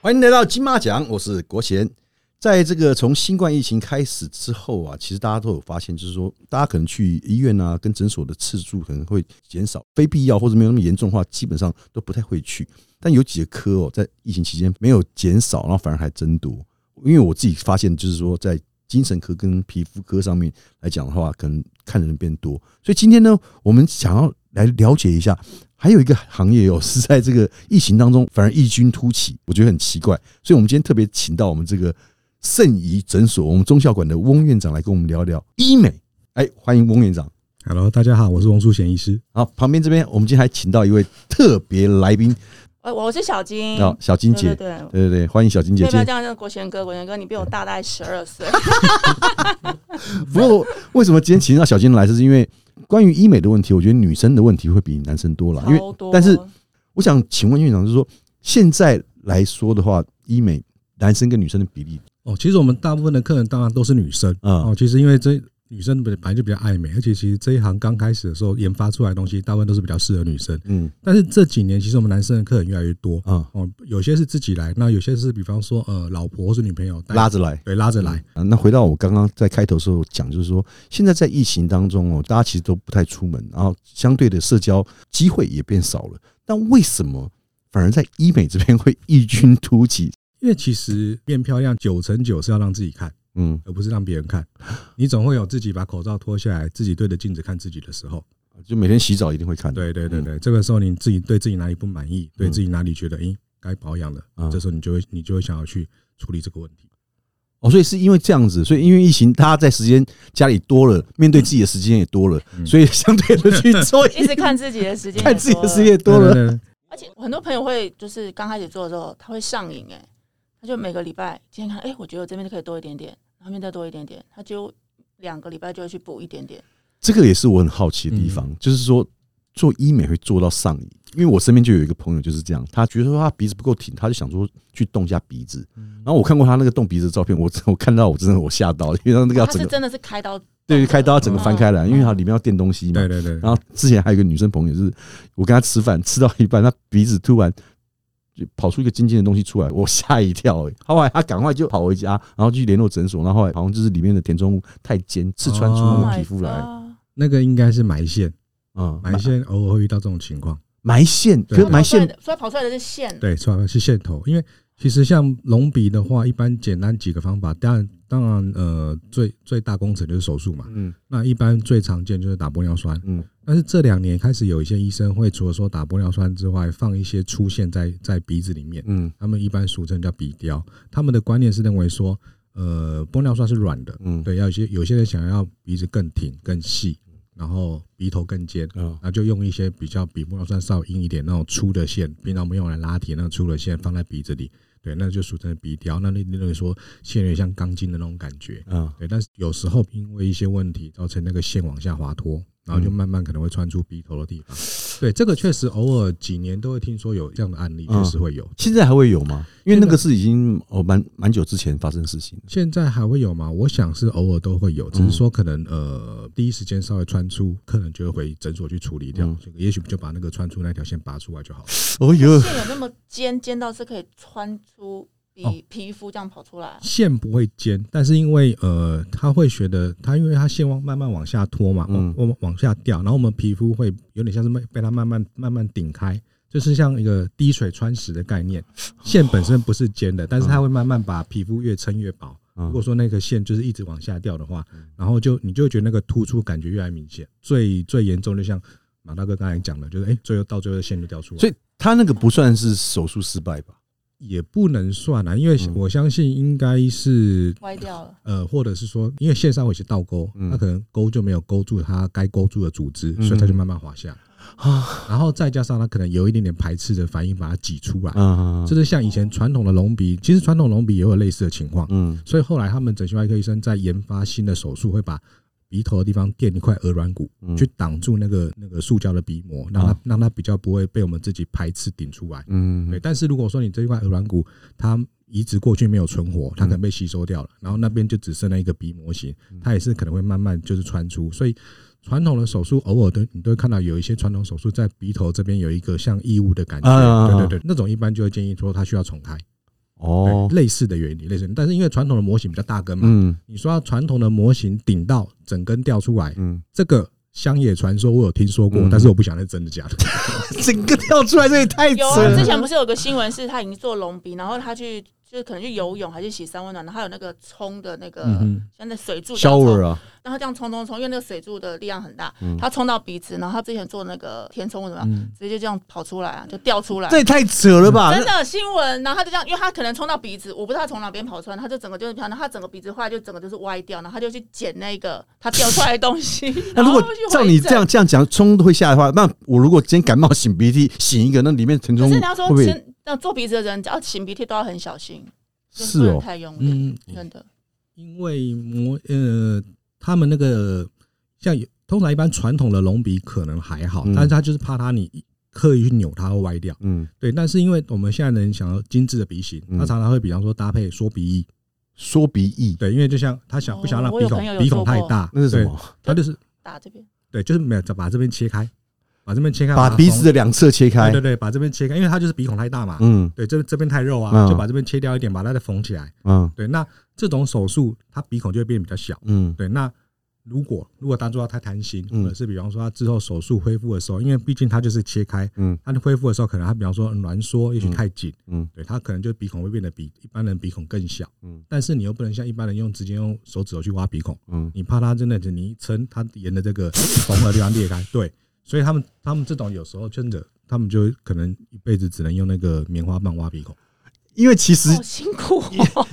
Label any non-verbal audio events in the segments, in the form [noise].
欢迎来到金马奖，我是国贤。在这个从新冠疫情开始之后啊，其实大家都有发现，就是说，大家可能去医院啊、跟诊所的次数可能会减少，非必要或者没有那么严重的话，基本上都不太会去。但有几个科哦，在疫情期间没有减少，然后反而还增多。因为我自己发现，就是说，在精神科跟皮肤科上面来讲的话，可能看的人变多。所以今天呢，我们想要来了解一下，还有一个行业哦，是在这个疫情当中反而异军突起，我觉得很奇怪。所以我们今天特别请到我们这个圣仪诊所，我们中校馆的翁院长来跟我们聊聊医美。哎，欢迎翁院长。 Hello，大家好，我是王淑贤医师。好，旁边这边我们今天还请到一位特别来宾呃，我是小金，哦，小金姐对。对对。对对对，欢迎小金姐要姐不要。这样叫国贤哥？国贤哥，你比我大大概十二岁。不过，为什么今天请到小金来，就是因为关于医美的问题，我觉得女生的问题会比男生多了。因为超多，但是我想请问院长，就是说现在来说的话，医美男生跟女生的比例，哦，其实我们大部分的客人当然都是女生。嗯哦，其实因为这女生本本来就比较爱美，而且其实这一行刚开始的时候研发出来的东西，大部分都是比较适合女生。嗯但是这几年其实我们男生的客人越来越多。啊，哦，有些是自己来，那有些是比方说呃老婆或是女朋友带拉着来。对拉嗯着来。啊，那回到我刚刚在开头的时候讲，就是说现在在疫情当中哦，大家其实都不太出门，然后相对的社交机会也变少了。但为什么反而在医美这边会异军突起？因为其实变漂亮九成九是要让自己看，嗯，而不是让别人看。你总会有自己把口罩脱下来，自己对着镜子看自己的时候。就每天洗澡一定会看的。对对对对，这个时候你自己对自己哪里不满意，对嗯自己哪里觉得诶该保养了嗯，这时候你就会你就会想要去处理这个问题。哦，所以是因为这样子，所以因为疫情，大家在时间家里多了，面对自己的时间也多了，嗯所以相对的 [laughs] 去做一直看自己的时 [laughs] 间，看自己的时间。也多了。对，对对而且很多朋友会，就是刚开始做的时候，他会上瘾，哎，他就每个礼拜今天看，哎，我觉得我这边可以多一点点，然后面再多一点点，他就两个礼拜就会去补一点点。这个也是我很好奇的地方，就是说做医美会做到上瘾，因为我身边就有一个朋友就是这样，他觉得说他鼻子不够挺，他就想说去动一下鼻子。然后我看过他那个动鼻子的照片，我 [laughs] 我看到我真的我吓到了，因为他那个要他整是个真的是开刀，对开刀要整个翻开来，嗯因为它里面要垫东西嘛。对对对对，然后之前还有一个女生朋友，就是我跟她吃饭吃到一半，她鼻子突然就跑出一个尖尖的东西出来，我吓一跳、欸。后来她赶快就跑回家，然后去联络诊所，然后后来好像就是里面的填充物太尖，刺穿出那哦 Oh Oh 个 my 皮肤来。 God 那个应该是埋线，嗯，埋线偶尔会遇到这种情况。埋线，可对是跑埋出来线的，所以跑出来的是线，对，是吧？是线头，因为其实像隆鼻的话，一般简单几个方法，当然当然呃，最最大工程就是手术嘛。嗯那一般最常见就是打玻尿酸，嗯但是这两年开始有一些医生会除了说打玻尿酸之外，放一些粗线在在鼻子里面。嗯他们一般俗称叫鼻雕。他们的观念是认为说，呃，玻尿酸是软的，嗯，对，要有些有些人想要鼻子更挺、更细，然后鼻头更尖，嗯那就用一些比较比玻尿酸稍微硬一点那种粗的线，平常我们用来拉铁那种粗的线放在鼻子里，对，那就俗称鼻雕。那那认为说线有点像钢筋的那种感觉，嗯对，但是有时候因为一些问题造成那个线往下滑脱，然后就嗯慢慢可能会穿出鼻头的地方。对，这个确实偶尔几年都会听说有这样的案例，嗯确实会有。现在还会有吗？因为那个现在是已经哦蛮蛮久之前发生的事情了。现在还会有吗？我想是偶尔都会有，只是说可能呃第一时间稍微穿出，客人就会回诊所去处理掉嗯，这个也许就把那个穿出那条线拔出来就好了。哦哟，线有那么尖，尖到是可以穿出哦比皮肤这样跑出来。线不会尖，但是因为呃他会觉得他因为他线往慢慢往下拖嘛，嗯往往往下掉，然后我们皮肤会有点像是被被它慢慢慢慢顶开。就是像一个滴水穿石的概念，哦线本身不是尖的，但是它会慢慢把皮肤越撑越薄。如果嗯说那个线就是一直往下掉的话，然后就你就会觉得那个突出感觉越来越明显。最最严重就像马大哥刚才讲的，就是哎、诶最后到最后线就掉出来， [laughs] 所以他那个不算是手术失败吧？也不能算啊，因为嗯我相信应该是歪掉了，呃，或者是说，因为线上有些倒钩，嗯它可能勾就没有勾住它该勾住的组织，嗯所以它就慢慢滑下，啊然后再加上它可能有一点点排斥的反应把它挤出来，嗯这是像以前传统的隆鼻，其实传统隆鼻也有类似的情况。嗯所以后来他们整形外科医生在研发新的手术，会把鼻头的地方垫一块鹅软骨，嗯啊去挡住那个那个塑胶的鼻膜，让它让它比较不会被我们自己排斥顶出来。对，嗯但是如果说你这一块鹅软骨它移植过去没有存活，它嗯可能被吸收掉了，然后那边就只剩了一个鼻模型，它也是可能会慢慢就是穿出，所以。传统的手术偶尔都你都会看到有一些传统手术在鼻头这边有一个像异物的感觉，啊啊啊啊对对对，那种一般就会建议说它需要重开，哦对，类似的原理，类似的。但是因为传统的模型比较大根嘛，嗯你说要传统的模型顶到整根掉出来，嗯，这个乡野传说我有听说过，嗯但是我不晓得是真的假的。整个跳出来，这也 [laughs] 太扯有啊，之了。前不是有个新闻是他已经做隆鼻，然后他去就是可能去游泳还是洗三温暖，然后还有那个冲的那个、嗯哼像那水柱这样冲 shower 啊，然后这样冲冲冲，因为那个水柱的力量很大，嗯他冲到鼻子，然后他之前做那个填充怎么样，嗯，直接这样跑出来啊，就掉出来这。也太扯了吧？。真的新闻，然后他就这样，因为他可能冲到鼻子，我不知道他从哪边跑出来，他就整个就是飘，然后他整个鼻子后来就整个就是歪掉，然后他就去捡那个他掉出来的东西 [laughs] 那如果然后去回照你诊这样这样讲，冲会下的话，那我如果今天感冒擤鼻涕，擤一个，那里面腾可冲是会你要说不会真那做鼻子的人，只要擤鼻涕都要很小心，就是是不能哦？太用力， [laughs] 嗯，真的。因为模呃，他们那个像有通常一般传统的隆鼻可能还好，嗯但是他就是怕他你刻意去扭它会歪掉。嗯，对，但是因为我们现在人想要精致的鼻型，嗯他常常会比方说搭配缩鼻翼，缩鼻翼对，因为就像他想不想让哦我鼻有朋友孔有鼻孔做过太大，那是什对？么？他就是打这边，对，就是没有把这边切开，把这边切开，把它鼻子缝的两侧切开啊对。对对，把这边切开，因为他就是鼻孔太大嘛，嗯对，这这边太肉啊，嗯就把这边切掉一点，把它再缝起来。嗯对，那这种手术它鼻孔就会变比较小。嗯对，那如果如果当初他太贪心，嗯或者是比方说他之后手术恢复的时候，因为毕竟他就是切开，嗯他恢复的时候可能他比方说挛缩，也许太紧，嗯对他可能就鼻孔会变得比一般人鼻孔更小。嗯但是你又不能像一般人用直接用手指头去挖鼻孔，嗯，你怕它真的是你一撑，它沿着这个缝合地方 [laughs] 裂开。对，所以他们他们这种有时候真的，他们就可能一辈子只能用那个棉花棒挖鼻孔。因为其实好辛苦 [laughs] 哦。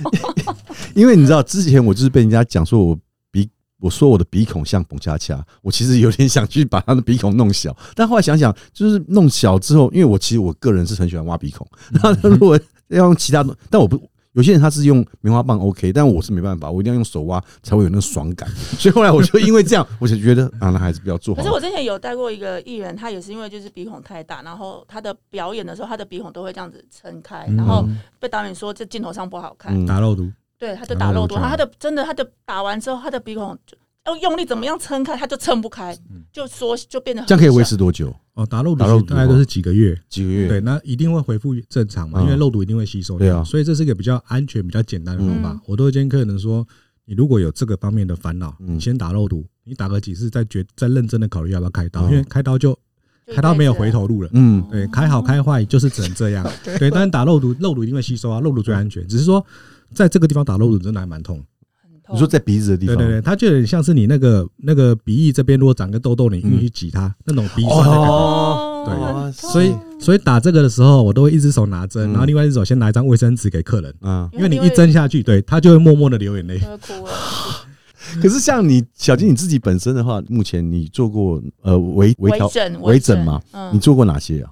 因为你知道，之前我就是被人家讲说我鼻，我说我的鼻孔像彭恰恰，我其实有点想去把他的鼻孔弄小，但后来想想，就是弄小之后，因为我其实我个人是很喜欢挖鼻孔，那嗯如果要用其他东，但我不。有些人他是用棉花棒 OK，但我是没办法，我一定要用手挖才会有那个爽 [laughs] 感。所以后来我就因为这样，我就觉得啊，那还是不要做好可了。是我之前有带过一个艺人，他也是因为就是鼻孔太大，然后他的表演的时候，他的鼻孔都会这样子撑开，然后嗯被导演说这镜头上不好看，嗯打肉毒，对，他就打漏哦这洞，然样后他的真的他的打完之后，他的鼻孔就要用力怎么样撑开，他就撑不开，就缩就变得很嗯这样可以维小。持多久？哦，打肉毒打肉其毒实大概都是几个月，几个月？对，那一定会恢复正常嘛，嗯因为肉毒一定会吸收对啊掉，所以这是一个比较安全、比较简单的方法嗯。我都会跟客人说，你如果有这个方面的烦恼，嗯你先打肉毒，你打个几次再决再认真的考虑要不要开刀，嗯因为开刀就就一辈子开刀没有回头路了。嗯对，开好开坏就是只能这样。 [laughs] 对，但是打肉毒，肉毒一定会吸收啊，肉毒最安嗯全。只是说，在这个地方打肉毒真的还蛮痛。很痛你说在鼻子的地对方，对对，它就有点像是你那个那个鼻翼这边如果长个痘痘，你硬去挤它，那种鼻酸的感觉。嗯哦，对哇塞所嗯以所以打这个的时候，我都会一只手拿针，嗯然后另外一只手先拿一张卫生纸给客人，嗯，因为你一针下去，对他就会默默的流眼泪就。会哭了，可是像你小金你自己本身的话，目前你做过呃微微调整微整嘛，嗯你，做过哪些啊？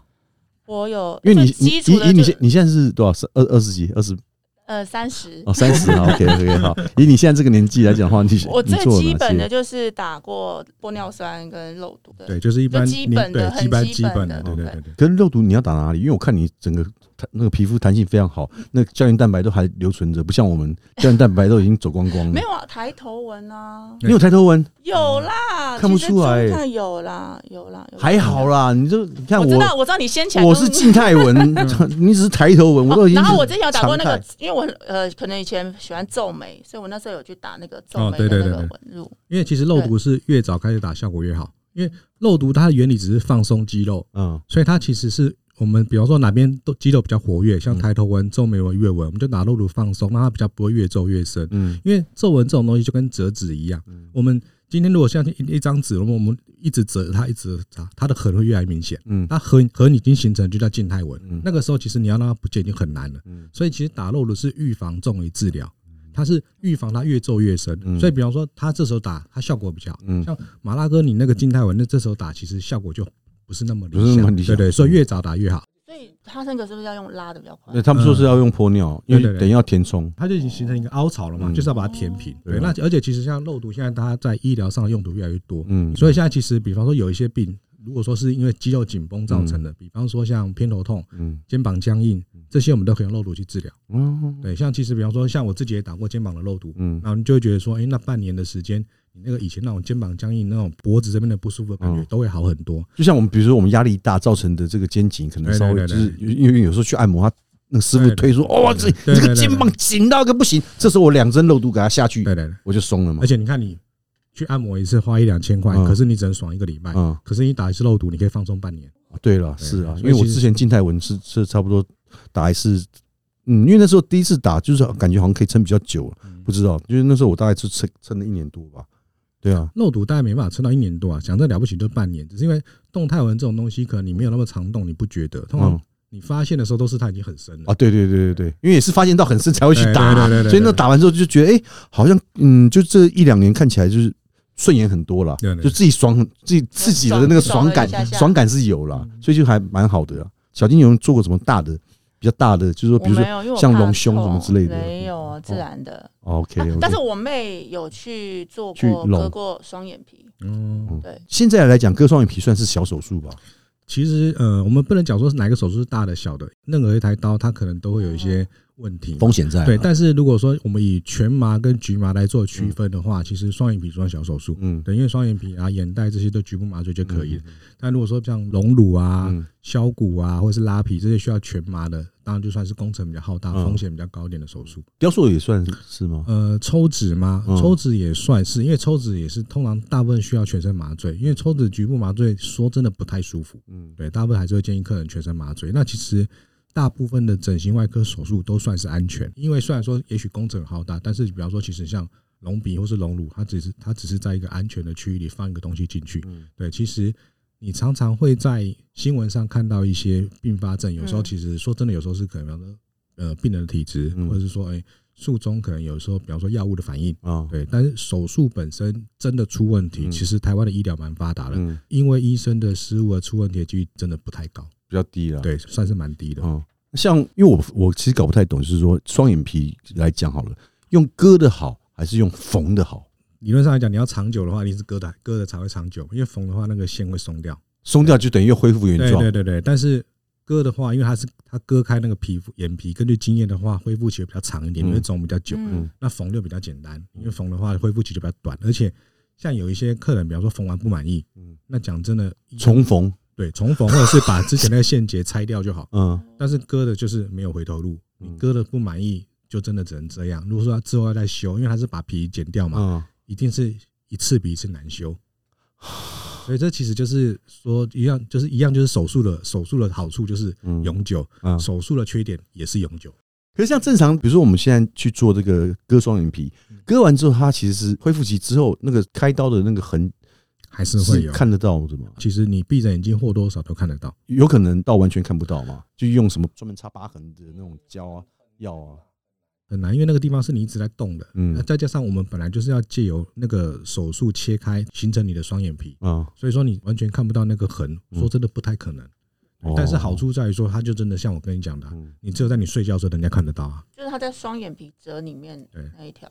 我有，因为你最你基础以的以你就现你现在是多少？是二二十几？二十呃三十哦，三十 [laughs] 啊？OK OK 好。以你现在这个年纪来讲的话，你我你最做了基哪本些的就是打过玻尿酸跟肉毒的，对，就是一般就基本对的很基本基基本本的的，对对对对对。可是肉毒你要打哪里？因为我看你整个弹那个皮肤弹性非常好，那胶原蛋白都还留存着，不像我们胶原蛋白都已经走光光了。没有啊，抬头纹啊，你有抬头纹，有啦，嗯看不出来欸其实看有啦，有啦，有啦还好。啦。你就你看嗯我知道，我，我知道你先前我是 [laughs] 静态纹， [laughs] 你只是抬头纹，我都已经然后我是之前有打过那常个态，因为我呃，可能以前喜欢皱眉，所以我那时候有去打那个皱哦眉对对的那对个对纹路。因为其实肉毒是越早开始打效果越好，因为肉毒它的原理只是放松肌肉，嗯所以它其实是我们比方说哪边都肌肉比较活跃，像抬头纹、皱眉纹、月纹，我们就拿肉毒放松，让它比较不会越皱越深。嗯因为皱纹这种东西就跟折纸一样，我们今天如果像一一张纸，我们我们一直折它，一直折它，它的痕会越来越明显。嗯它痕痕已经形成，就叫静态纹嗯。那个时候其实你要让它不见已经很难了嗯。所以其实打肉的是预防重于治疗，它是预防它越皱越深嗯。所以比方说它这时候打，它效果比较好。嗯像马拉哥你那个静态纹，那这时候打其实效果就不是那么不是理那么想。理想嗯对对，所以越早打越好。所以他那个是不是要用拉的比较快那？他们说是要用玻尿，因嗯对为对对等于要填充。它就已经形成一个凹槽了嘛，嗯就是要把它填平。对对，啊那而且其实像肉毒，现在它在医疗上的用途越来越多。嗯，所以现在其实，比方说有一些病，如果说是因为肌肉紧绷造成的，比方说像偏头痛、嗯肩膀僵硬这些，我们都可以用肉毒去治疗。嗯对，像其实比方说像我自己也打过肩膀的肉毒，嗯然后你就会觉得说，哎，那半年的时间，你那个以前那种肩膀僵硬、那种脖子这边的不舒服的感觉嗯都会好很多。就像我们比如说我们压力大造成的这个肩颈，可能对对稍微对就对是因为有时候去按摩，它那个师傅对推说：“哦，这对对这个对对肩膀紧到一个不行。”这时候我两针肉毒给他下去，对对对，我就松了嘛嗯而。且你看你去按摩一次花一两千块嗯，可是你只能爽一个礼拜，嗯，可是你打一次肉毒，你可以放松半年。对了，哎对是啊，因所以为我其实之前静态纹是是差不多打一次，嗯，因为那时候第一次打就是感觉好像可以撑比较久，嗯不知道，因为那时候我大概是撑撑了一年多吧。对啊，肉毒大概没办法撑到一年多啊，讲这了不起就半年，只是因为动态纹这种东西，可能你没有那么常动，你不觉得。嗯通常你发现的时候都是它已经很深了啊，。对对对对对，因为也是发现到很深才会去对打啊对对对，对所以那对打完之后就觉得，哎，好像嗯，就这一两年看起来就是顺眼很多了对，对就自己爽，自己自己的那个爽感爽了一下下嗯爽感是有了，所以就还蛮好的啦。小金有没有做过什么大的？比较大的，就是说，我比如说没有，因为我像怕隆胸什么痛之类的哦没有啊自然的。 ，OK，啊 OK 但是我妹有去做去过隆割过双眼皮，哦，对，现在来讲，割双眼皮算是小手术吧？其实呃，我们不能讲说是哪个手术是大的小的，任何一台刀它可能都会有一些问题。风险在啊对，但是如果说我们以全麻跟局麻来做区分的话，其实双眼皮算小手术。嗯，对，因为双眼皮啊、眼袋这些都局部麻醉就可以了。但如果说像隆乳啊、嗯削骨啊，或者是拉皮这些需要全麻的，当然就算是工程比较浩大、嗯风险比较高一点的手术。雕塑也算是吗？呃，抽脂吗？哦嗯抽脂也算是，因为抽脂也是通常大部分需要全身麻醉，因为抽脂局部麻醉说真的不太舒服。嗯，对，大部分还是会建议客人全身麻醉。那其实大部分的整形外科手术都算是安全，因为虽然说也许工程浩大，但是比方说其实像隆鼻或是隆乳，它只是它只是在一个安全的区域里放一个东西进去嗯。对，其实你常常会在新闻上看到一些并发症，有时候嗯其实说真的，有时候是可能比方说呃病人的体质，嗯或者是说哎术中可能有时候比方说药物的反应。啊，呃对，但是手术本身真的出问题，嗯其实台湾的医疗蛮发达的，嗯，因为医生的失误而出问题的几率真的不太高，比较低了。，对，算是蛮低的。嗯，像因为我我其实搞不太懂，就是说双眼皮来讲好了，用割的好还是用缝的好？理论上来讲，你要长久的话，一定是割的，割的才会长久，因为缝的话那个线会松掉。松掉就等于又恢复原对状对。对对，但是割的话，因为它是它割开那个皮肤眼皮，根据经验的话，恢复期会比较长一嗯点，因为肿比较久。嗯那缝就比较简单，因为缝的话恢复期就比较短，而且像有一些客人，比方说缝完不满意嗯，那讲真的，重缝，对重缝或者是把之前那个线结拆掉就好。嗯，但是割的就是没有回头路，嗯你割的不满意，就真的只能这样。如果说他之后要再修，因为他是把皮剪掉嘛，嗯，一定是一次比一次难 [sighs] 修。所以这其实就是说一样，就是一样，就是手术的手术的好处就是嗯永久，嗯。手术的缺点也是永久。可是像正常，比如说我们现在去做这个割双眼皮，嗯割完之后，它其实是恢复期之后，那个开刀的那个痕还是会是有。看得到的吗？其实你闭着眼睛或多或少都看得到，有可能到完全看不到嘛？就用什么专门擦疤痕的那种胶啊、药啊，很难，因为那个地方是你一直在动的。嗯那再加上我们本来就是要借由那个手术切开，形成你的双眼皮，啊，所以说你完全看不到那个痕，嗯说真的不太可能。哦但是好，处在于说，它就真的像我跟你讲的啊，嗯你只有在你睡觉的时候，人家看得到啊。就是她在双眼皮褶里面对那一条。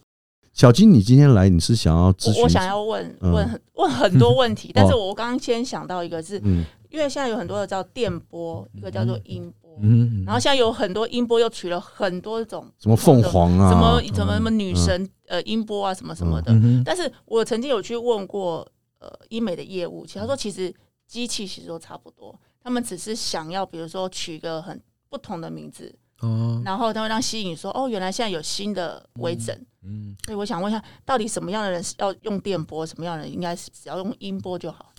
小金，你今天来，你是想要咨询？我我想，要问嗯哦问很问很多 [laughs] 问题，但是我刚刚先想到一个是，嗯因为现在有很多的叫电波，一个叫做音波，嗯然后现在有很多音波又取了很多种，什么凤凰啊？嗯什么什么什么女神呃音波啊什么什么的。嗯哼，但是我曾经有去问过呃医美的业务，其实他说其实机器其实都差不多，他们只是想要比如说取一个很不同的名字，哦，然后他会让吸引说哦原来现在有新的微整。嗯，所以我想问一下，到底什么样的人是要用电波，什么样的人应该是只要用音波就好？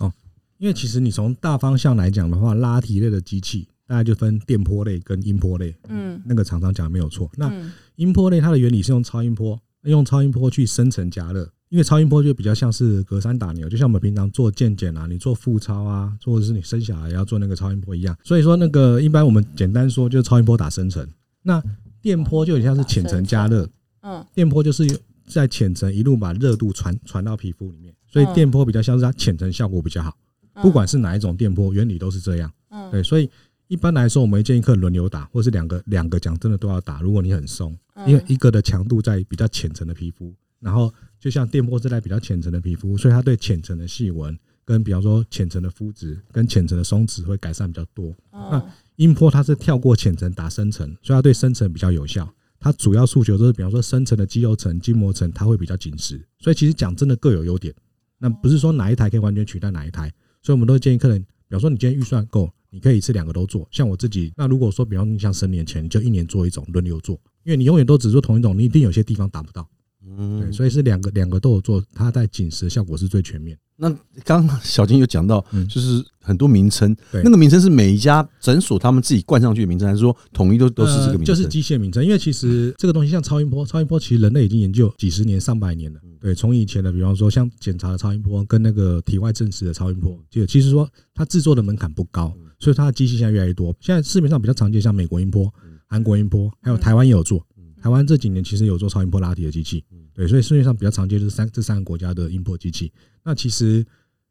因为其实你从大方向来讲的话，拉提类的机器大概就分电波类跟音波类，嗯，那个常常讲没有错。那嗯音波类它的原理是用超音波，用超音波去生成加热。因为超音波就比较像是隔山打牛，就像我们平常做健检啊，你做腹超啊，或者是你生小孩要做那个超音波一样。所以说那个一般我们简单说就是超音波打深层，那电波就有点像是浅层加热，嗯电波就是在浅层一路把热度传传到皮肤里面，所以电波比较像是它浅层效果比较好。嗯不管是哪一种电波，原理都是这样。嗯对，所以一般来说，我们会建议客人轮流打，或是两个两个讲真的都要打。如果你很松，因嗯为一个的强度在比较浅层的皮肤，然后就像电波是在比较浅层的皮肤，所以它对浅层的细纹跟比方说浅层的肤质跟浅层的松弛会改善比较多。嗯音波它是跳过浅层打深层，所以它对深层比较有效。它主要诉求就是，比方说深层的肌肉层、筋膜层，它会比较紧实。所以其实讲真的各有优点，那不是说哪一台可以完全取代哪一台。所以我们都会建议客人，比方说你今天预算够，你可以一次两个都做。像我自己，那如果说比方你像十年前，你就一年做一种，轮流做，因为你永远都只做同一种，你一定有些地方达不到。对，嗯，所以是两个两个都有做，它在紧实效果是最全面。那刚刚小金有讲到嗯，就是很多名称，对那个名称是每一家诊所他们自己冠上去的名称，还是说统一都都是这个名呃称？就是机械名称，因为其实这个东西像超音波，超音波其实人类已经研究几十年、上百年了。嗯对，从以前的，比方说像检查的超音波跟那个体外证实的超音波，就其实说它制作的门槛不高，嗯所以它的机器现在越来越多。现在市面上比较常见，像美国音波、嗯韩国音波，还有台湾也有做。台湾这几年其实有做超音波拉提的机器，嗯对，所以市面上比较常见就是三这三个国家的音波机器。那其实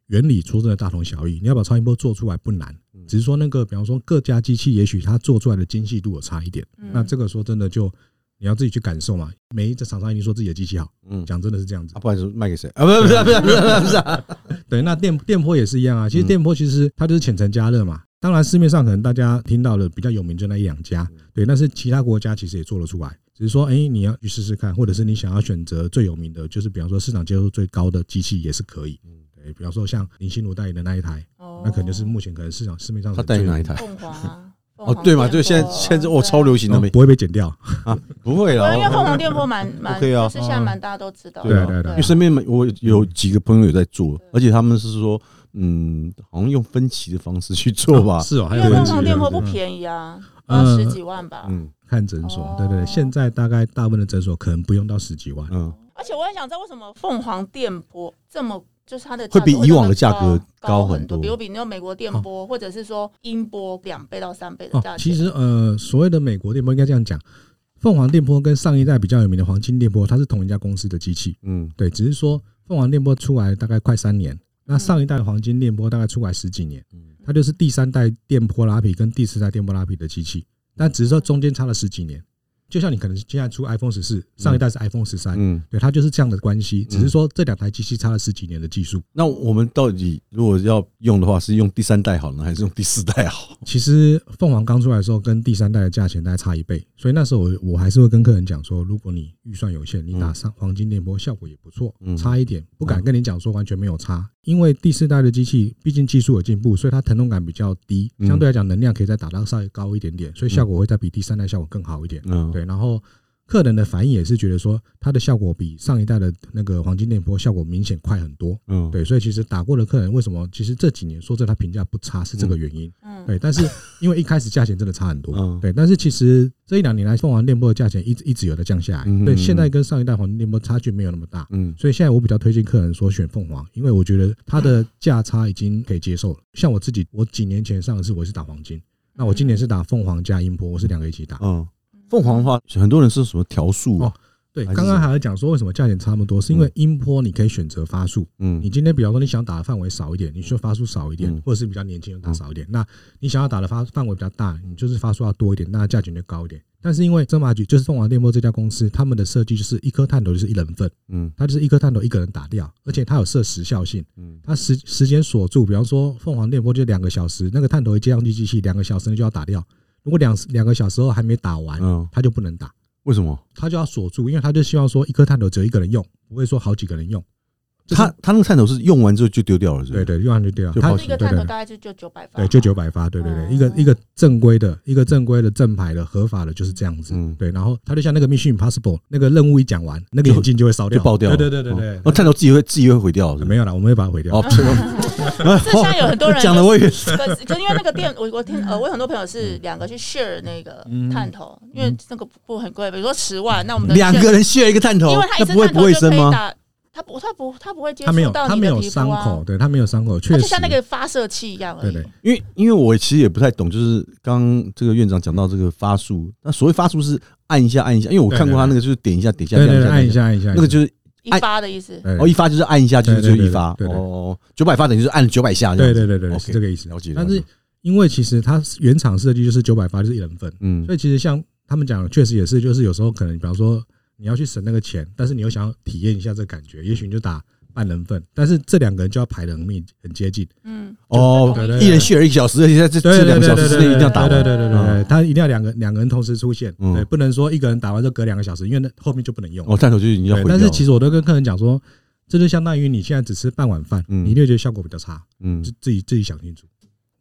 原理出真的大同小异，你要把超音波做出来不难，只是说那个比方说各家机器也许它做出来的精细度有差一点。嗯那这个说真的就你要自己去感受嘛，每一个厂商一定说自己的机器好，嗯，讲真的是这样子啊，。不好意思，卖给谁 [laughs] 啊？不是不是不是不是不是啊，对，那电电波也是一样啊。其实嗯电波其实它就是浅层加热嘛。当然，市面上可能大家听到的比较有名就那一两家，嗯对，但是其他国家其实也做得出来，只是说，哎，你要去试试看，或者是你想要选择最有名的，就是比方说市场接受最高的机器也是可以。嗯对，比方说像林心如代言的那一台，哦那可能就是目前可能市场市面上他代言哪一台？台？凤凰啊。哦凤，凰对嘛，就电现在波现在哦，超。对流啊行的没？不会被剪掉。不会对啦啊，因为凤凰哦，电波 [laughs] 蛮蛮， OK 啊就是现在蛮大家都知道的。对啊对对因为对身边蛮我有几个朋友有在做，而且他们是说，嗯，好像用分期的方式去做吧，是哦，还因有为对分凤级凰的电波不嗯便宜啊，要嗯十几万吧。嗯看诊所哦，对对对，现在大概大部分的诊所可能不用到十几万，嗯，而且我很想知道为什么凤凰电波这么。就是它的会比价格以往的价格高高很多，多哦比如比那种美国电波，或者是说音波两倍到三倍的哦价，钱。其实呃，所谓的美国电波应该这样讲，凤凰电波跟上一代比较有名的黄金电波，它是同一家公司的机器，嗯对，只是说凤凰电波出来大概快三年，那上一代的黄金电波大概出来十几年，嗯它就是第三代电波拉皮跟第四代电波拉皮的机器，但只是说中间差了十几年，就像你可能现在出 iPhone 十四，上一代是 iPhone 十三。嗯。对，它就是这样的关系，只是说这两台机器差了十几年的技术。那我们到底如果要用的话，是用第三代好呢，还是用第四代好？其实凤凰刚出来的时候，跟第三代的价钱大概差一倍，所以那时候我我还是会跟客人讲说，如果你预算有限，你打上黄金电波效果也不错嗯，差一点不敢跟你讲说完全没有差，因为第四代的机器毕竟技术有进步，所以它疼痛感比较低，嗯相对来讲能量可以再打到稍微高一点点，所以效果会再比第三代效果更好一点。嗯，对，然后客人的反应也是觉得说，它的效果比上一代的那个黄金电波效果明显快很多。嗯，对，所以其实打过的客人为什么其实这几年说真的他评价不差是这个原因。嗯，对，但是因为一开始价钱真的差很多，嗯对，但是其实这一两年来，凤凰电波的价钱一直一直有在降下来，嗯对，现在跟上一代黄金电波差距没有那么大，嗯，所以现在我比较推荐客人说选凤凰，因为我觉得它的价差已经可以接受了。像我自己，我几年前上一次我是打黄金，那我今年是打凤凰加音波，我是两个一起打。嗯，凤凰的话，很多人是什么调速哦啊？对，还是刚刚还在讲说为什么价钱差那么多，是因为音波你可以选择发数，嗯你今天比方说你想打的范围少一点，你需要发出少一点嗯，或者是比较年轻人打少一点。那你想要打的发范围比较大，你就是发出要多一点，那价钱就高一点。但是因嗯为真马局就是凤凰电波这家公司，他们的设计就是一颗探头就是一人份，嗯它就是一颗探头一个人打掉，而且它有设时效性，嗯它时时间锁住，比方说凤凰电波就两个小时，那个探头一接上去机器两个小时内就要打掉，如果两两个小时后还没打完，嗯，它就不能打。为什么？他就要锁住，因为他就希望说一颗探头只有一个人用，不会说好几个人用。就是他他那个探头是用完之后就丢掉了，是不对是？对，用完就掉。就他抛就是一个对探头哦对大概就就九百发，对，就九百发，对对对，一个一个正规的，一个正规的正牌的合法的，就是这样子。嗯对，然后他就像那个 Mission Impossible 那个任务一讲完，那个眼镜就会烧掉，就爆掉了。对对对对那对，探头自己会自己会毁掉，是不是没有啦，我们会把它毁掉。 [laughs] 哦， [laughs] 这现在有很 [laughs] 多人讲的我也嗯是，可是可是因为那个电，我我听呃，我有很多朋友是两个去 share 那个嗯探头，因为那个不不很贵，比如说十万，那我们的两 share- 个人需要一个探头，因为他一那次不会探不头卫就可生以吗？打，他不他不他不会接他没有触到他你没的有皮肤伤口，啊，对他没有伤口，它确就实像那个发射器一样而已。对对因为因为我其实也不太懂，就是刚这个院长讲到这个发数，那所谓发数是按一下按一下，因为我看过他那个就是点一下点一下对点对一对，下按点一，下按一下，那个就是一哎发的意思。对哦一发就是按一下就是就一发对对对对对哦，九百发等于就是按九百下这样对子，对对对， OK，是这个意思。了解。但了是解因为其实它原厂设计就是九百发就是一人份，嗯所以其实像他们讲，的，确实也是，就是有时候可能，比方说你要去省那个钱，但是你又想要体验一下这个感觉，也许你就打半人份，但是这两个人就要排的很密，很接近。嗯，哦对对，对一人续了一个小时，而且在这对这对两个对小对时之对内一定要打对完。对对对对对，他一定要两个两个人同时出现，嗯对，不能说一个人打完就隔两个小时，因为那后面就不能用。哦，探头就已经要对毁，掉但了。是其实我都跟客人讲说，这就相当于你现在只吃半碗饭，嗯你一定会觉得效果比较差，嗯自自己自己想清楚。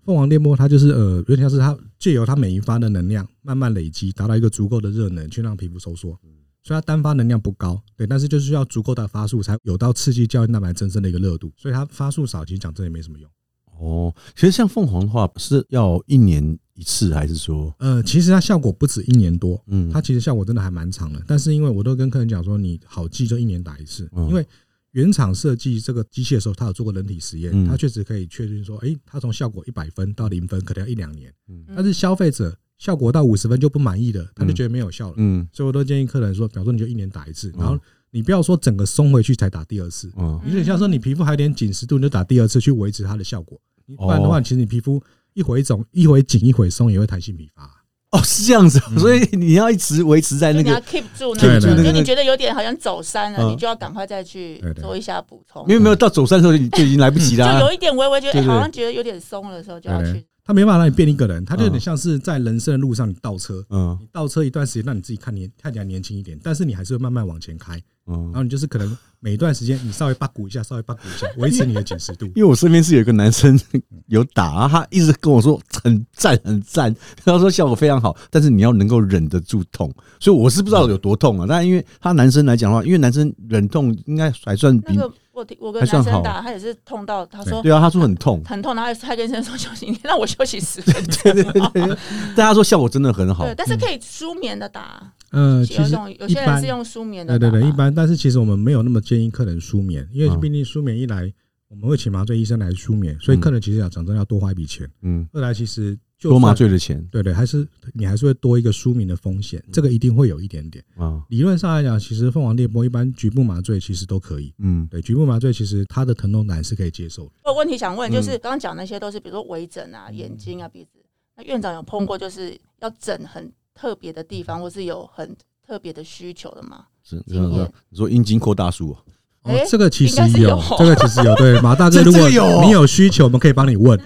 凤凰电波它就是呃，有点像是它借由它每一发的能量慢慢累积，达到一个足够的热能，去让皮肤收缩。所以它单发能量不高，对，但是就是需要足够的发数才有到刺激胶原蛋白增生的一个热度。所以它发数少，其实讲真的也没什么用。哦，其实像凤凰的话，是要一年一次，还是说，呃，其实它效果不止一年多，嗯，它其实效果真的还蛮长的。但是因为我都跟客人讲说，你好记就一年打一次，嗯因为原厂设计这个机器的时候，它有做过人体实验嗯，它确实可以确定说，诶，它从效果一百分到零分，可能要一两年。嗯但是消费者效果到五十分就不满意了，他就觉得没有效了。嗯所以我都建议客人说，比方说你就一年打一次，嗯然后你不要说整个松回去才打第二次，嗯有点像说你皮肤还有点紧实度，你就打第二次去维持它的效果。不然的话，哦其实你皮肤一回肿一回紧一回松，也会弹性啊疲乏。哦，是这样子哦，所以你要一直维持在就那你要个， keep 住那 keep 个，住那个就你觉得有点好像走山了，嗯你就要赶快再去对对做一下补充没。有没有，到走山的时候就就已经来不及就啦有。一点微微觉得对哎对好像觉得有点松的时候，就要对去它没办法让你变一个人，它就有点嗯像是在人生的路上，你倒车，嗯你倒车一段时间，让你自己看年看起来年轻一点，但是你还是会慢慢往前开，然嗯，后你就是可能每一段时间你稍微八股一下，稍微八股一下，维持你的紧实 [laughs] 度。因为我身边是有一个男生 [laughs] 有打，然后他一直跟我说很赞很赞，他说效果非常好，但是你要能够忍得住痛，所以我是不知道有多痛啊。但因为他男生来讲的话，因为男生忍痛应该还算那比个。我听我跟还算男好生打，他也是痛到他说对啊，他说很 [laughs] 痛， [laughs] 很痛，然后他跟医生说休息，你让我休息十分对钟。对对，对但他说效果真的很 [laughs] 好嗯对，，但是可以舒眠的打，呃，其有一实种有一些人般是用舒眠的对打对吧。对，一般，但是其实我们没有那么建议客人舒眠，因为嗯毕竟舒眠一来，我们会请麻醉医生来舒眠，所以嗯客人其实要讲真的要多花一笔钱。嗯，二来其实就多麻算，醉的钱对对，还是你还是会多一个舒眠的风险，嗯这个一定会有一点点。啊，理论上来讲，其实凤凰电波一般局部麻醉其实都可以。嗯对，局部麻醉其实它的疼痛感是可以接受的。我有问题想问，就是嗯刚刚讲那些都是，比如说微整啊、眼睛啊、鼻子。那院长有碰过就是要整很特别的地方，或是有很特别的需求的吗？是经验是你说阴茎扩大 [laughs] 术啊，哦诶，这个其实应该是有有，这个其实有。对，马大哥，这如这果个有哦你有需求，我们可以帮你问。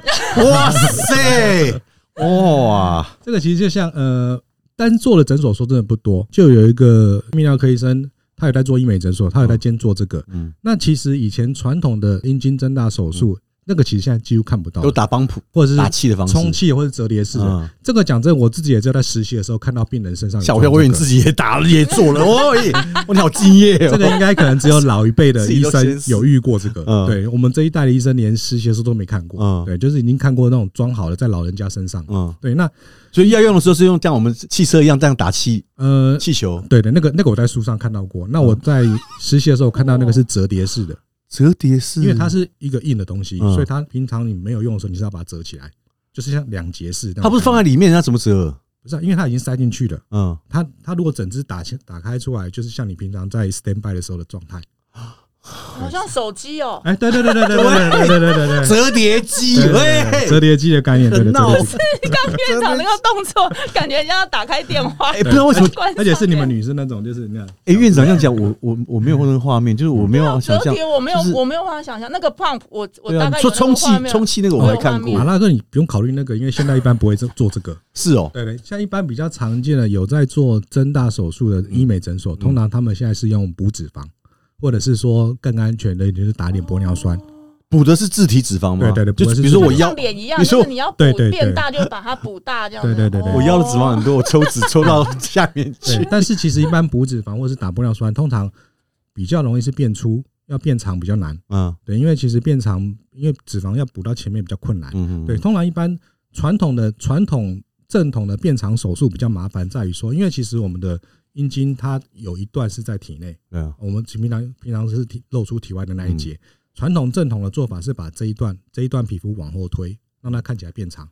哇塞，哇，这个其实就像呃，单做的诊所说真的不多，就有一个泌尿科医生，他有在做医美诊所，他有在兼做这个。嗯，那其实以前传统的阴茎增大手术，那个其实现在几乎看不到了，有打帮谱或者打是气的方式，充气或者折叠式的。嗯这个讲真，我自己也只有在实习的时候看到病人身上有吓我一装跳，我以为你这个自己也打了，也做了， [laughs] 哦，耶哇，你好敬业这哦，个应该可能只有老一辈的医生有遇过这嗯个。对我们这一代的医生，连实习的时候都没看过嗯。对，就是已经看过那种装好的在老人家身上。嗯，对，那所以要用的时候是用像我们汽车一样这样打气呃，气球，对的，那个那个我在书上看到过。那我在实习的时候看到那个是折叠式的，折叠式，因为它是一个硬的东西，嗯所以它平常你没有用的时候，你是要把它折起来，就是像两节式那种感觉。它不是放在里面，它怎么折？不是啊，因为它已经塞进去了。嗯，它它如果整只打开打开出来，就是像你平常在 stand by 的时候的状态。好像手机哦，哎，对对对对对对对对对对对。折叠机，对对对喂，折叠机的概念，对哎很对闹对。院长那个动作，感觉人家要打开电话，哎，不知道为什么，关上而且是你们欸女生那种，就是那样。哎，院长这样讲，我我我没有那个画面，就是我没有办法折想象叠，，我没有就，是我没有办法想象那个 pump，我我对大啊，概你说有那个充气画面充气那个我还看我有过画马，拉哥，你不用考虑那个，因为现在一般不会做做这个。是哦，对对，像一般比较常见的有在做增大手术嗯的医美诊所，通常他们现在是用补脂肪，或者是说更安全的，就是打点玻尿酸。补的是自体脂肪吗？对对就对补的是是比如说自我体腰像，脸一样，你说就是你要补对对对变大，就把它补大这样子。对对对对哦我腰的脂肪很多，我抽脂抽到下面去对，，但是其实一般补脂肪或是打玻尿酸，通常比较容易是变粗，要变长比较难。嗯对，因为其实变长，因为脂肪要补到前面比较困难。嗯嗯，对，，通常一般传统的传统正统的变长手术比较麻烦，在于说，因为其实我们的阴茎它有一段是在体内，对啊，我们平常平常是体露出体外的那一嗯节。传统正统的做法是把这一段这一段皮肤往后推，让它看起来变长。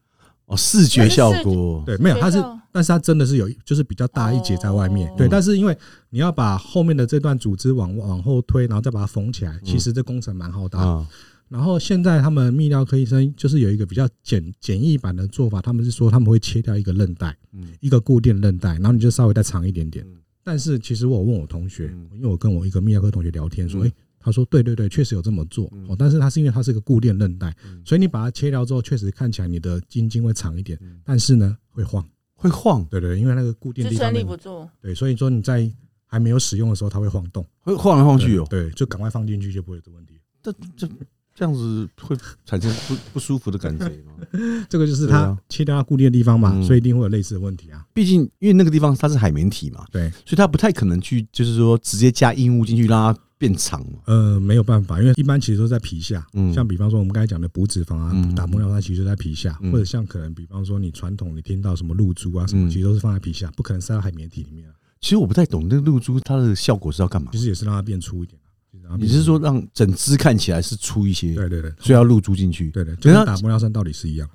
哦，视觉效果，对，没有，它是觉得，哦但是它真的是有一，就是比较大一节在外面。对，嗯但是因为你要把后面的这段组织往往后推，然后再把它缝起来，其实这工程蛮浩大的。啊，然后现在他们泌尿科医生就是有一个比较简简易版的做法，他们是说他们会切掉一个韧带，嗯一个固定韧带，然后你就稍微再长一点点嗯。但是其实我有问我同学嗯，因为我跟我一个泌尿科同学聊天说，嗯诶，他说对对对，确实有这么做嗯哦，但是它是因为它是一个固定韧带嗯，所以你把它切掉之后，确实看起来你的阴茎会长一点嗯，但是呢会晃，会晃，对对，因为那个固定支地方撑没力有不住，对，所以说你在还没有使用的时候它会晃动，会晃来晃去哦。对，对就赶快放进去就不会有这个问题。这这这样子会产生不不舒服的感觉吗？这个就是对它啊切掉它固定的地方嘛，嗯所以一定会有类似的问题啊。毕竟因为那个地方它是海绵体嘛，对，所以它不太可能去就是说直接加硬物进去让它变长嘛。呃，没有办法，因为一般其实都在皮下，嗯像比方说我们刚才讲的补脂肪啊、嗯打玻尿酸，其实都在皮下，嗯或者像可能比方说你传统你听到什么露珠啊什嗯么，其实都是放在皮下，不可能塞到海绵体里面啊。其实我不太懂那个露珠它的效果是要干嘛其？实也是让它变粗一点啊。就是让它你是变粗说让整只看起来是粗一些，对对对所以要露珠进去？对对，可就是跟它打玻尿酸道理是一样，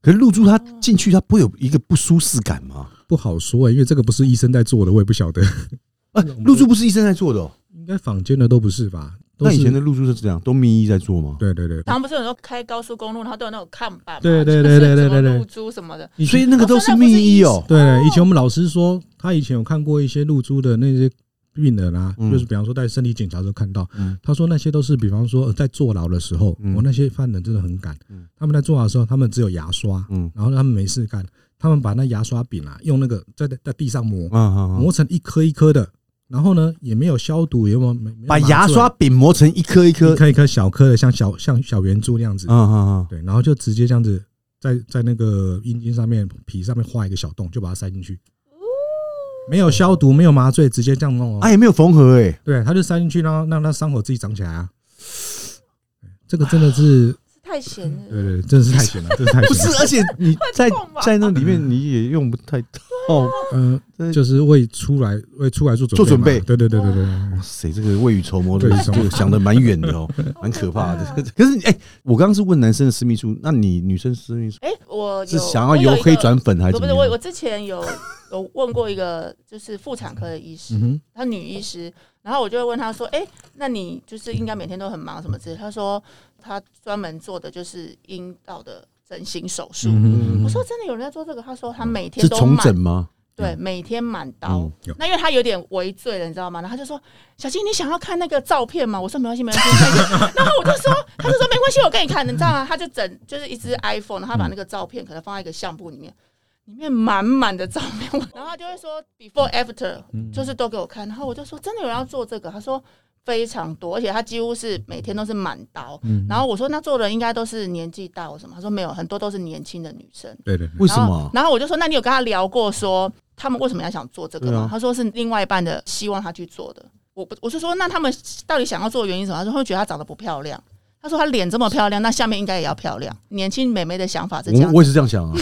可是露珠它进去它不会有一个不舒适感吗？不好说、欸，因为这个不是医生在做的，我也不晓得，啊，露珠不是医生在做的、哦，应该坊间的都不是吧？都那是以前的露珠是这样，都咪医在做吗？对对对，他们不是有时候开高速公路，然后都有那种看板嘛，对对就是对对对什么对对露珠什么的，以前所以那个都是哦秘医所以那哦不。对以前我们老师说，他以前有看过一些露珠的那些病人啊，嗯就是比方说在身体检查的时候看到，嗯他说那些都是比方说呃在坐牢的时候，嗯我那些犯人真的很敢嗯，他们在坐牢的时候，他们只有牙刷，嗯然后他们没事干，他们把那牙刷柄啊，用那个在在地上磨，啊啊啊！磨成一颗一颗的，然后呢也没有消毒，也没有没没有把麻醉牙刷柄磨成一颗一颗一，颗一颗小颗的，像小像小圆珠那样子啊，啊啊！对，然后就直接这样子在在那个阴茎上面皮上面画一个小洞，就把它塞进去，哦没有消毒，没有麻醉，直接这样弄哦。啊，也没有缝合哎，对，他就塞进去，然后让它伤口自己长起来啊。这个真的是，是太咸了。对对，对真的是太险了，真的太不险是了。，哦而且 [laughs] 你在痛吧哦在那里面你也用不太到。 [laughs] 嗯、真的就是为出来为出来做准做准嘛备对对对对对，哇塞，哦这个未雨绸缪的对，就想的蛮远的 [laughs] 哦，蛮可怕的。可是哎，我刚刚是问男生的私密处，那你女生私密处哎、我有是想要我有由一个黑转粉还是不怎么不是我，我样？之前有 [laughs] 有问过一个就是妇产科的医师，嗯哼，她女医师，然后我就会问她说：“哎、那你就是应该每天都很忙什么之类的？”她说她专门做的就是阴道的整形手术。嗯哼，我说：“真的有人在做这个？”她说：“她每天是都重满，整吗？对，每天满刀。嗯有那因为她有点微醉了，你知道吗？然后她就说：“小金，你想要看那个照片吗？”我说：“没关系，没关系。” [laughs] 然后我就说：“她就说没关系，我给你看。”你知道吗？她就整就是一只 iPhone，然后她把那个照片可能放在一个相簿里面，里面满满的照片， [laughs] 然后她就会说 “before after”，就是都给我看。然后我就说：“真的有人要做这个？”她说。非常多，而且她几乎是每天都是满刀。然后我说：“那做的应该都是年纪大或什么？”她说：“没有，很多都是年轻的女生。”对对对，为什然后么？然后我就说，那你有跟他聊过说他们为什么要想做这个对吗？啊他说是另外一半的希望他去做的。我不，我是说，那他们到底想要做的原因是什么？他说他们觉得她长得不漂亮。他说她脸这么漂亮，那下面应该也要漂亮。年轻美眉的想法是这我样我。也是这样想 [laughs] 啊，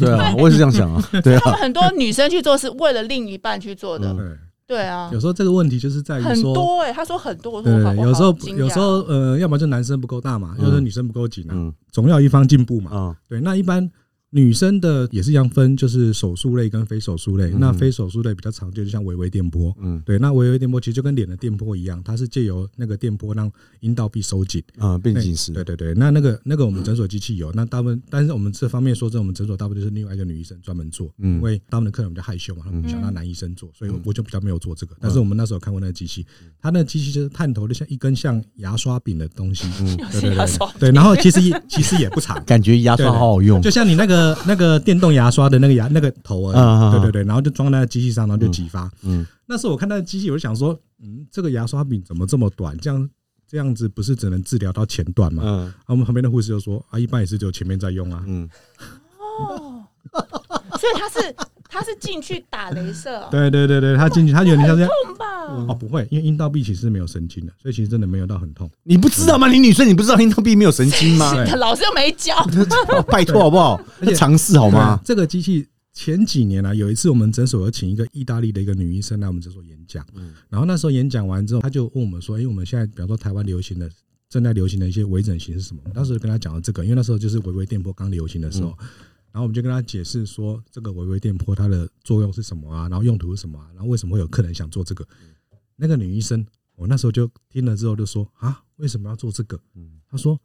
对啊，我也是这样想啊，对他啊们，很多女生去做是为了另一半去做的，嗯对对啊有，时候这个问题就是在于很说，多哎、他说很多，我说对我好对，我有时好候惊讶有时候呃，要么就男生不够大嘛，嗯要么女生不够紧啊，嗯总要一方进步嘛。啊对，那一般女生的也是一样分，就是手术类跟非手术类。嗯那非手术类比较常见，就像微微电波。嗯对，那微微电波其实就跟脸的电波一样，它是借由那个电波让阴道壁收紧。啊，变对紧实，对对对，那那个那个我们诊所机器有，那大部分，但是我们这方面说真的，我们诊所大部分就是另外一个女医生专门做，嗯因为大部分的客人比较害羞嘛，他们不想嗯让男医生做，所以我就比较没有做这嗯个。但是我们那时候有看过那个机器，它那个机器就是探头的像一根像牙刷柄的东西，嗯 [laughs] 对对牙刷对，对，然后其实也其实也不长，感觉牙刷好好用就像你那个那个电动牙刷的那个牙那个头啊啊啊，啊对对对，然后就装在那个机器上，然后就挤发。嗯嗯那时候我看那个机器，我就想说，嗯，这个牙刷柄怎么这么短？这样这样子不是只能治疗到前段吗？嗯啊，我们旁边的护士就说，啊，一般也是只有前面在用啊。嗯，哦，所以他是他是进去打镭射、哦，对对对对，他进去，他有点像这样。痛吧？哦，不会，因为阴道壁其实是没有神经的，所以其实真的没有到很痛。你不知道吗？你女生你不知道阴道壁没有神经吗？ [laughs] 老师又没教， [laughs] 拜托好不 [laughs] 好？而且尝试好吗对？这个机器前几年啊，有一次我们诊所有请一个意大利的一个女医生来我们诊所演讲，嗯然后那时候演讲完之后，她就问我们说：“哎、我们现在比方说台湾流行的。”正在流行的一些微整形是什么？嗯我当时跟她讲了这个，因为那时候就是微微电波刚流行的时候，然后我们就跟她解释说，这个微微电波它的作用是什么啊，然后用途是什么啊，然后为什么会有客人想做这个？嗯那个女医生，我那时候就听了之后就说啊，为什么要做这个？嗯她说，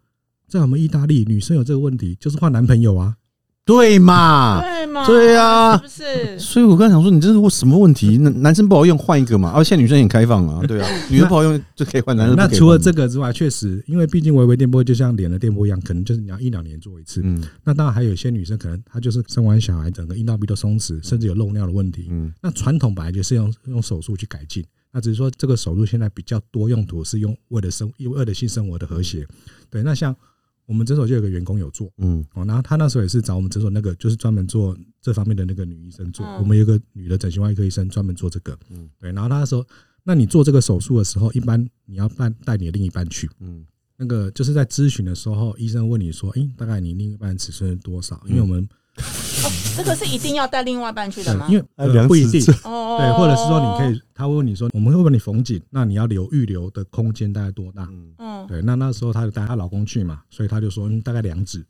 在我们意大利，女生有这个问题就是换男朋友啊，对嘛？对嘛？对啊是不是？所以我刚才想说，你这是什么问题？男男生不好用，换一个嘛。而、啊、现在女生也很开放 [laughs] 啊，对啊，女生不好用就可以换，男生那不可以除了换这，个之外，确实，因为毕竟微微电波就像脸的电波一样，可能就是你要一两年做一次。嗯那当然还有一些女生，可能她就是生完小孩，整个阴道壁都松弛，甚至有漏尿的问题。嗯那传统本来就是用用手术去改进，那只是说这个手术现在比较多用途是用为了生为了性生活的和谐。对，那像我们诊所就有个员工有做嗯哦，然后他那时候也是找我们诊所那个就是专门做这方面的那个女医生做，嗯我们有个女的整形外科医生专门做这个嗯。对，然后他那时候，那你做这个手术的时候，一般你要带带你的另一半去。嗯那个就是在咨询的时候，医生问你说：“诶，大概你另一半尺寸是多少？”因为我们哦这个是一定要带另外一半去嗯的吗？对，因为还有哎量呃不一尺定，寸哦，对，或者是说你可以，他会问你说，我们会问你缝紧，那你要留预留的空间大概多大？嗯嗯，对，那那时候她就带她老公去嘛，所以她就说、嗯、大概两指，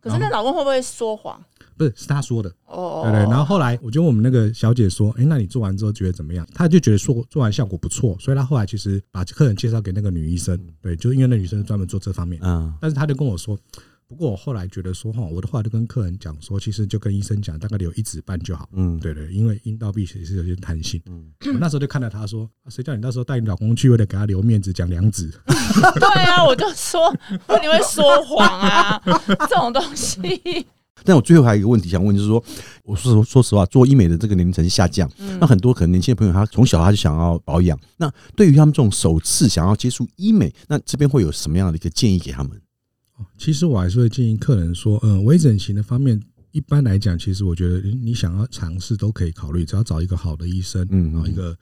可是那老公会不会说谎？不是是她说的，哦，对对。然后后来我就问我们那个小姐说，诶，那你做完之后觉得怎么样？她就觉得做做完效果不错，所以她后来其实把客人介绍给那个女医生，对，就因为那女生是专门做这方面的，啊但是她就跟我说。不过我后来觉得说哈，我的话就跟客人讲说，其实就跟医生讲，大概留一指半就好。嗯对对，因为阴道壁其实是有些弹性。嗯我那时候就看到他说，啊谁叫你那时候带你老公去，为了给他留面子讲两指？对啊，我就说你会说谎啊，这种东西，但我最后还有一个问题想问，就是说，我说实说实话，做医美的这个年龄层下降， [laughs] 嗯那很多可能年轻的朋友他从小他就想要保养，那对于他们这种首次想要接触医美，那这边会有什么样的一个建议给他们？哦其实我还是会建议客人说，嗯、微整形的方面，一般来讲，其实我觉得嗯你想要尝试都可以考虑，只要找一个好的医生，啊嗯嗯然后一个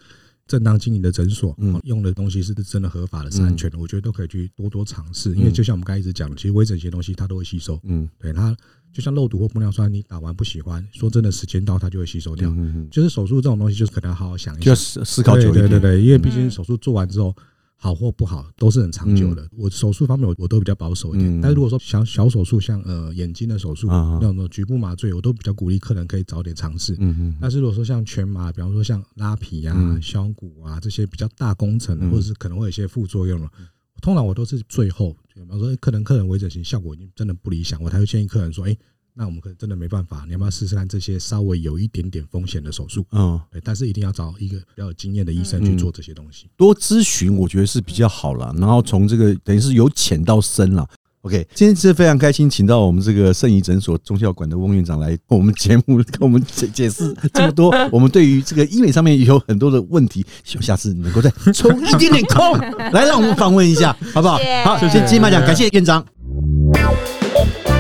正当经营的诊所，嗯哦用的东西是真的合法的、是安全的，我觉得都可以去多多尝试。因为嗯就像我们刚才一直讲，的，其实微整形的东西它都会吸收，嗯对它就像肉毒或玻尿酸，你打完不喜欢，说真的，时间到它就会吸收掉。嗯嗯，就是手术这种东西，就是可能要好好想一就想要。思思考久一点。对对对对，因为毕嗯竟手术做完之后，好或不好都是很长久的。我手术方面我我都比较保守嗯一点，但是如果说小小手术，像呃眼睛的手术啊啊那种局部麻醉，我都比较鼓励客人可以早点尝试。嗯嗯但是如果说像全麻，比方说像拉皮啊嗯、削骨啊这些比较大工程的，嗯或者是可能会有一些副作用了，通常我都是最后，比方说诶客人客人微整形效果已经真的不理想，我才会建议客人说，哎，那我们可能真的没办法，你要不要试试看这些稍微有一点点风险的手术？嗯，对，哎但是一定要找一个比较有经验的医生去做这些东西。多咨询我觉得是比较好啦，然后从这个等于是由浅到深啦。OK，今天是非常开心，请到我们这个圣仪诊所中校馆的翁院长来我们节目，跟我们解解释这么 [laughs] 多。我们对于这个医美上面有很多的问题，希望下次能够再抽一点点 [laughs] 空来让我们访问一下，好不好谢谢？好，首先金马奖感谢院长。谢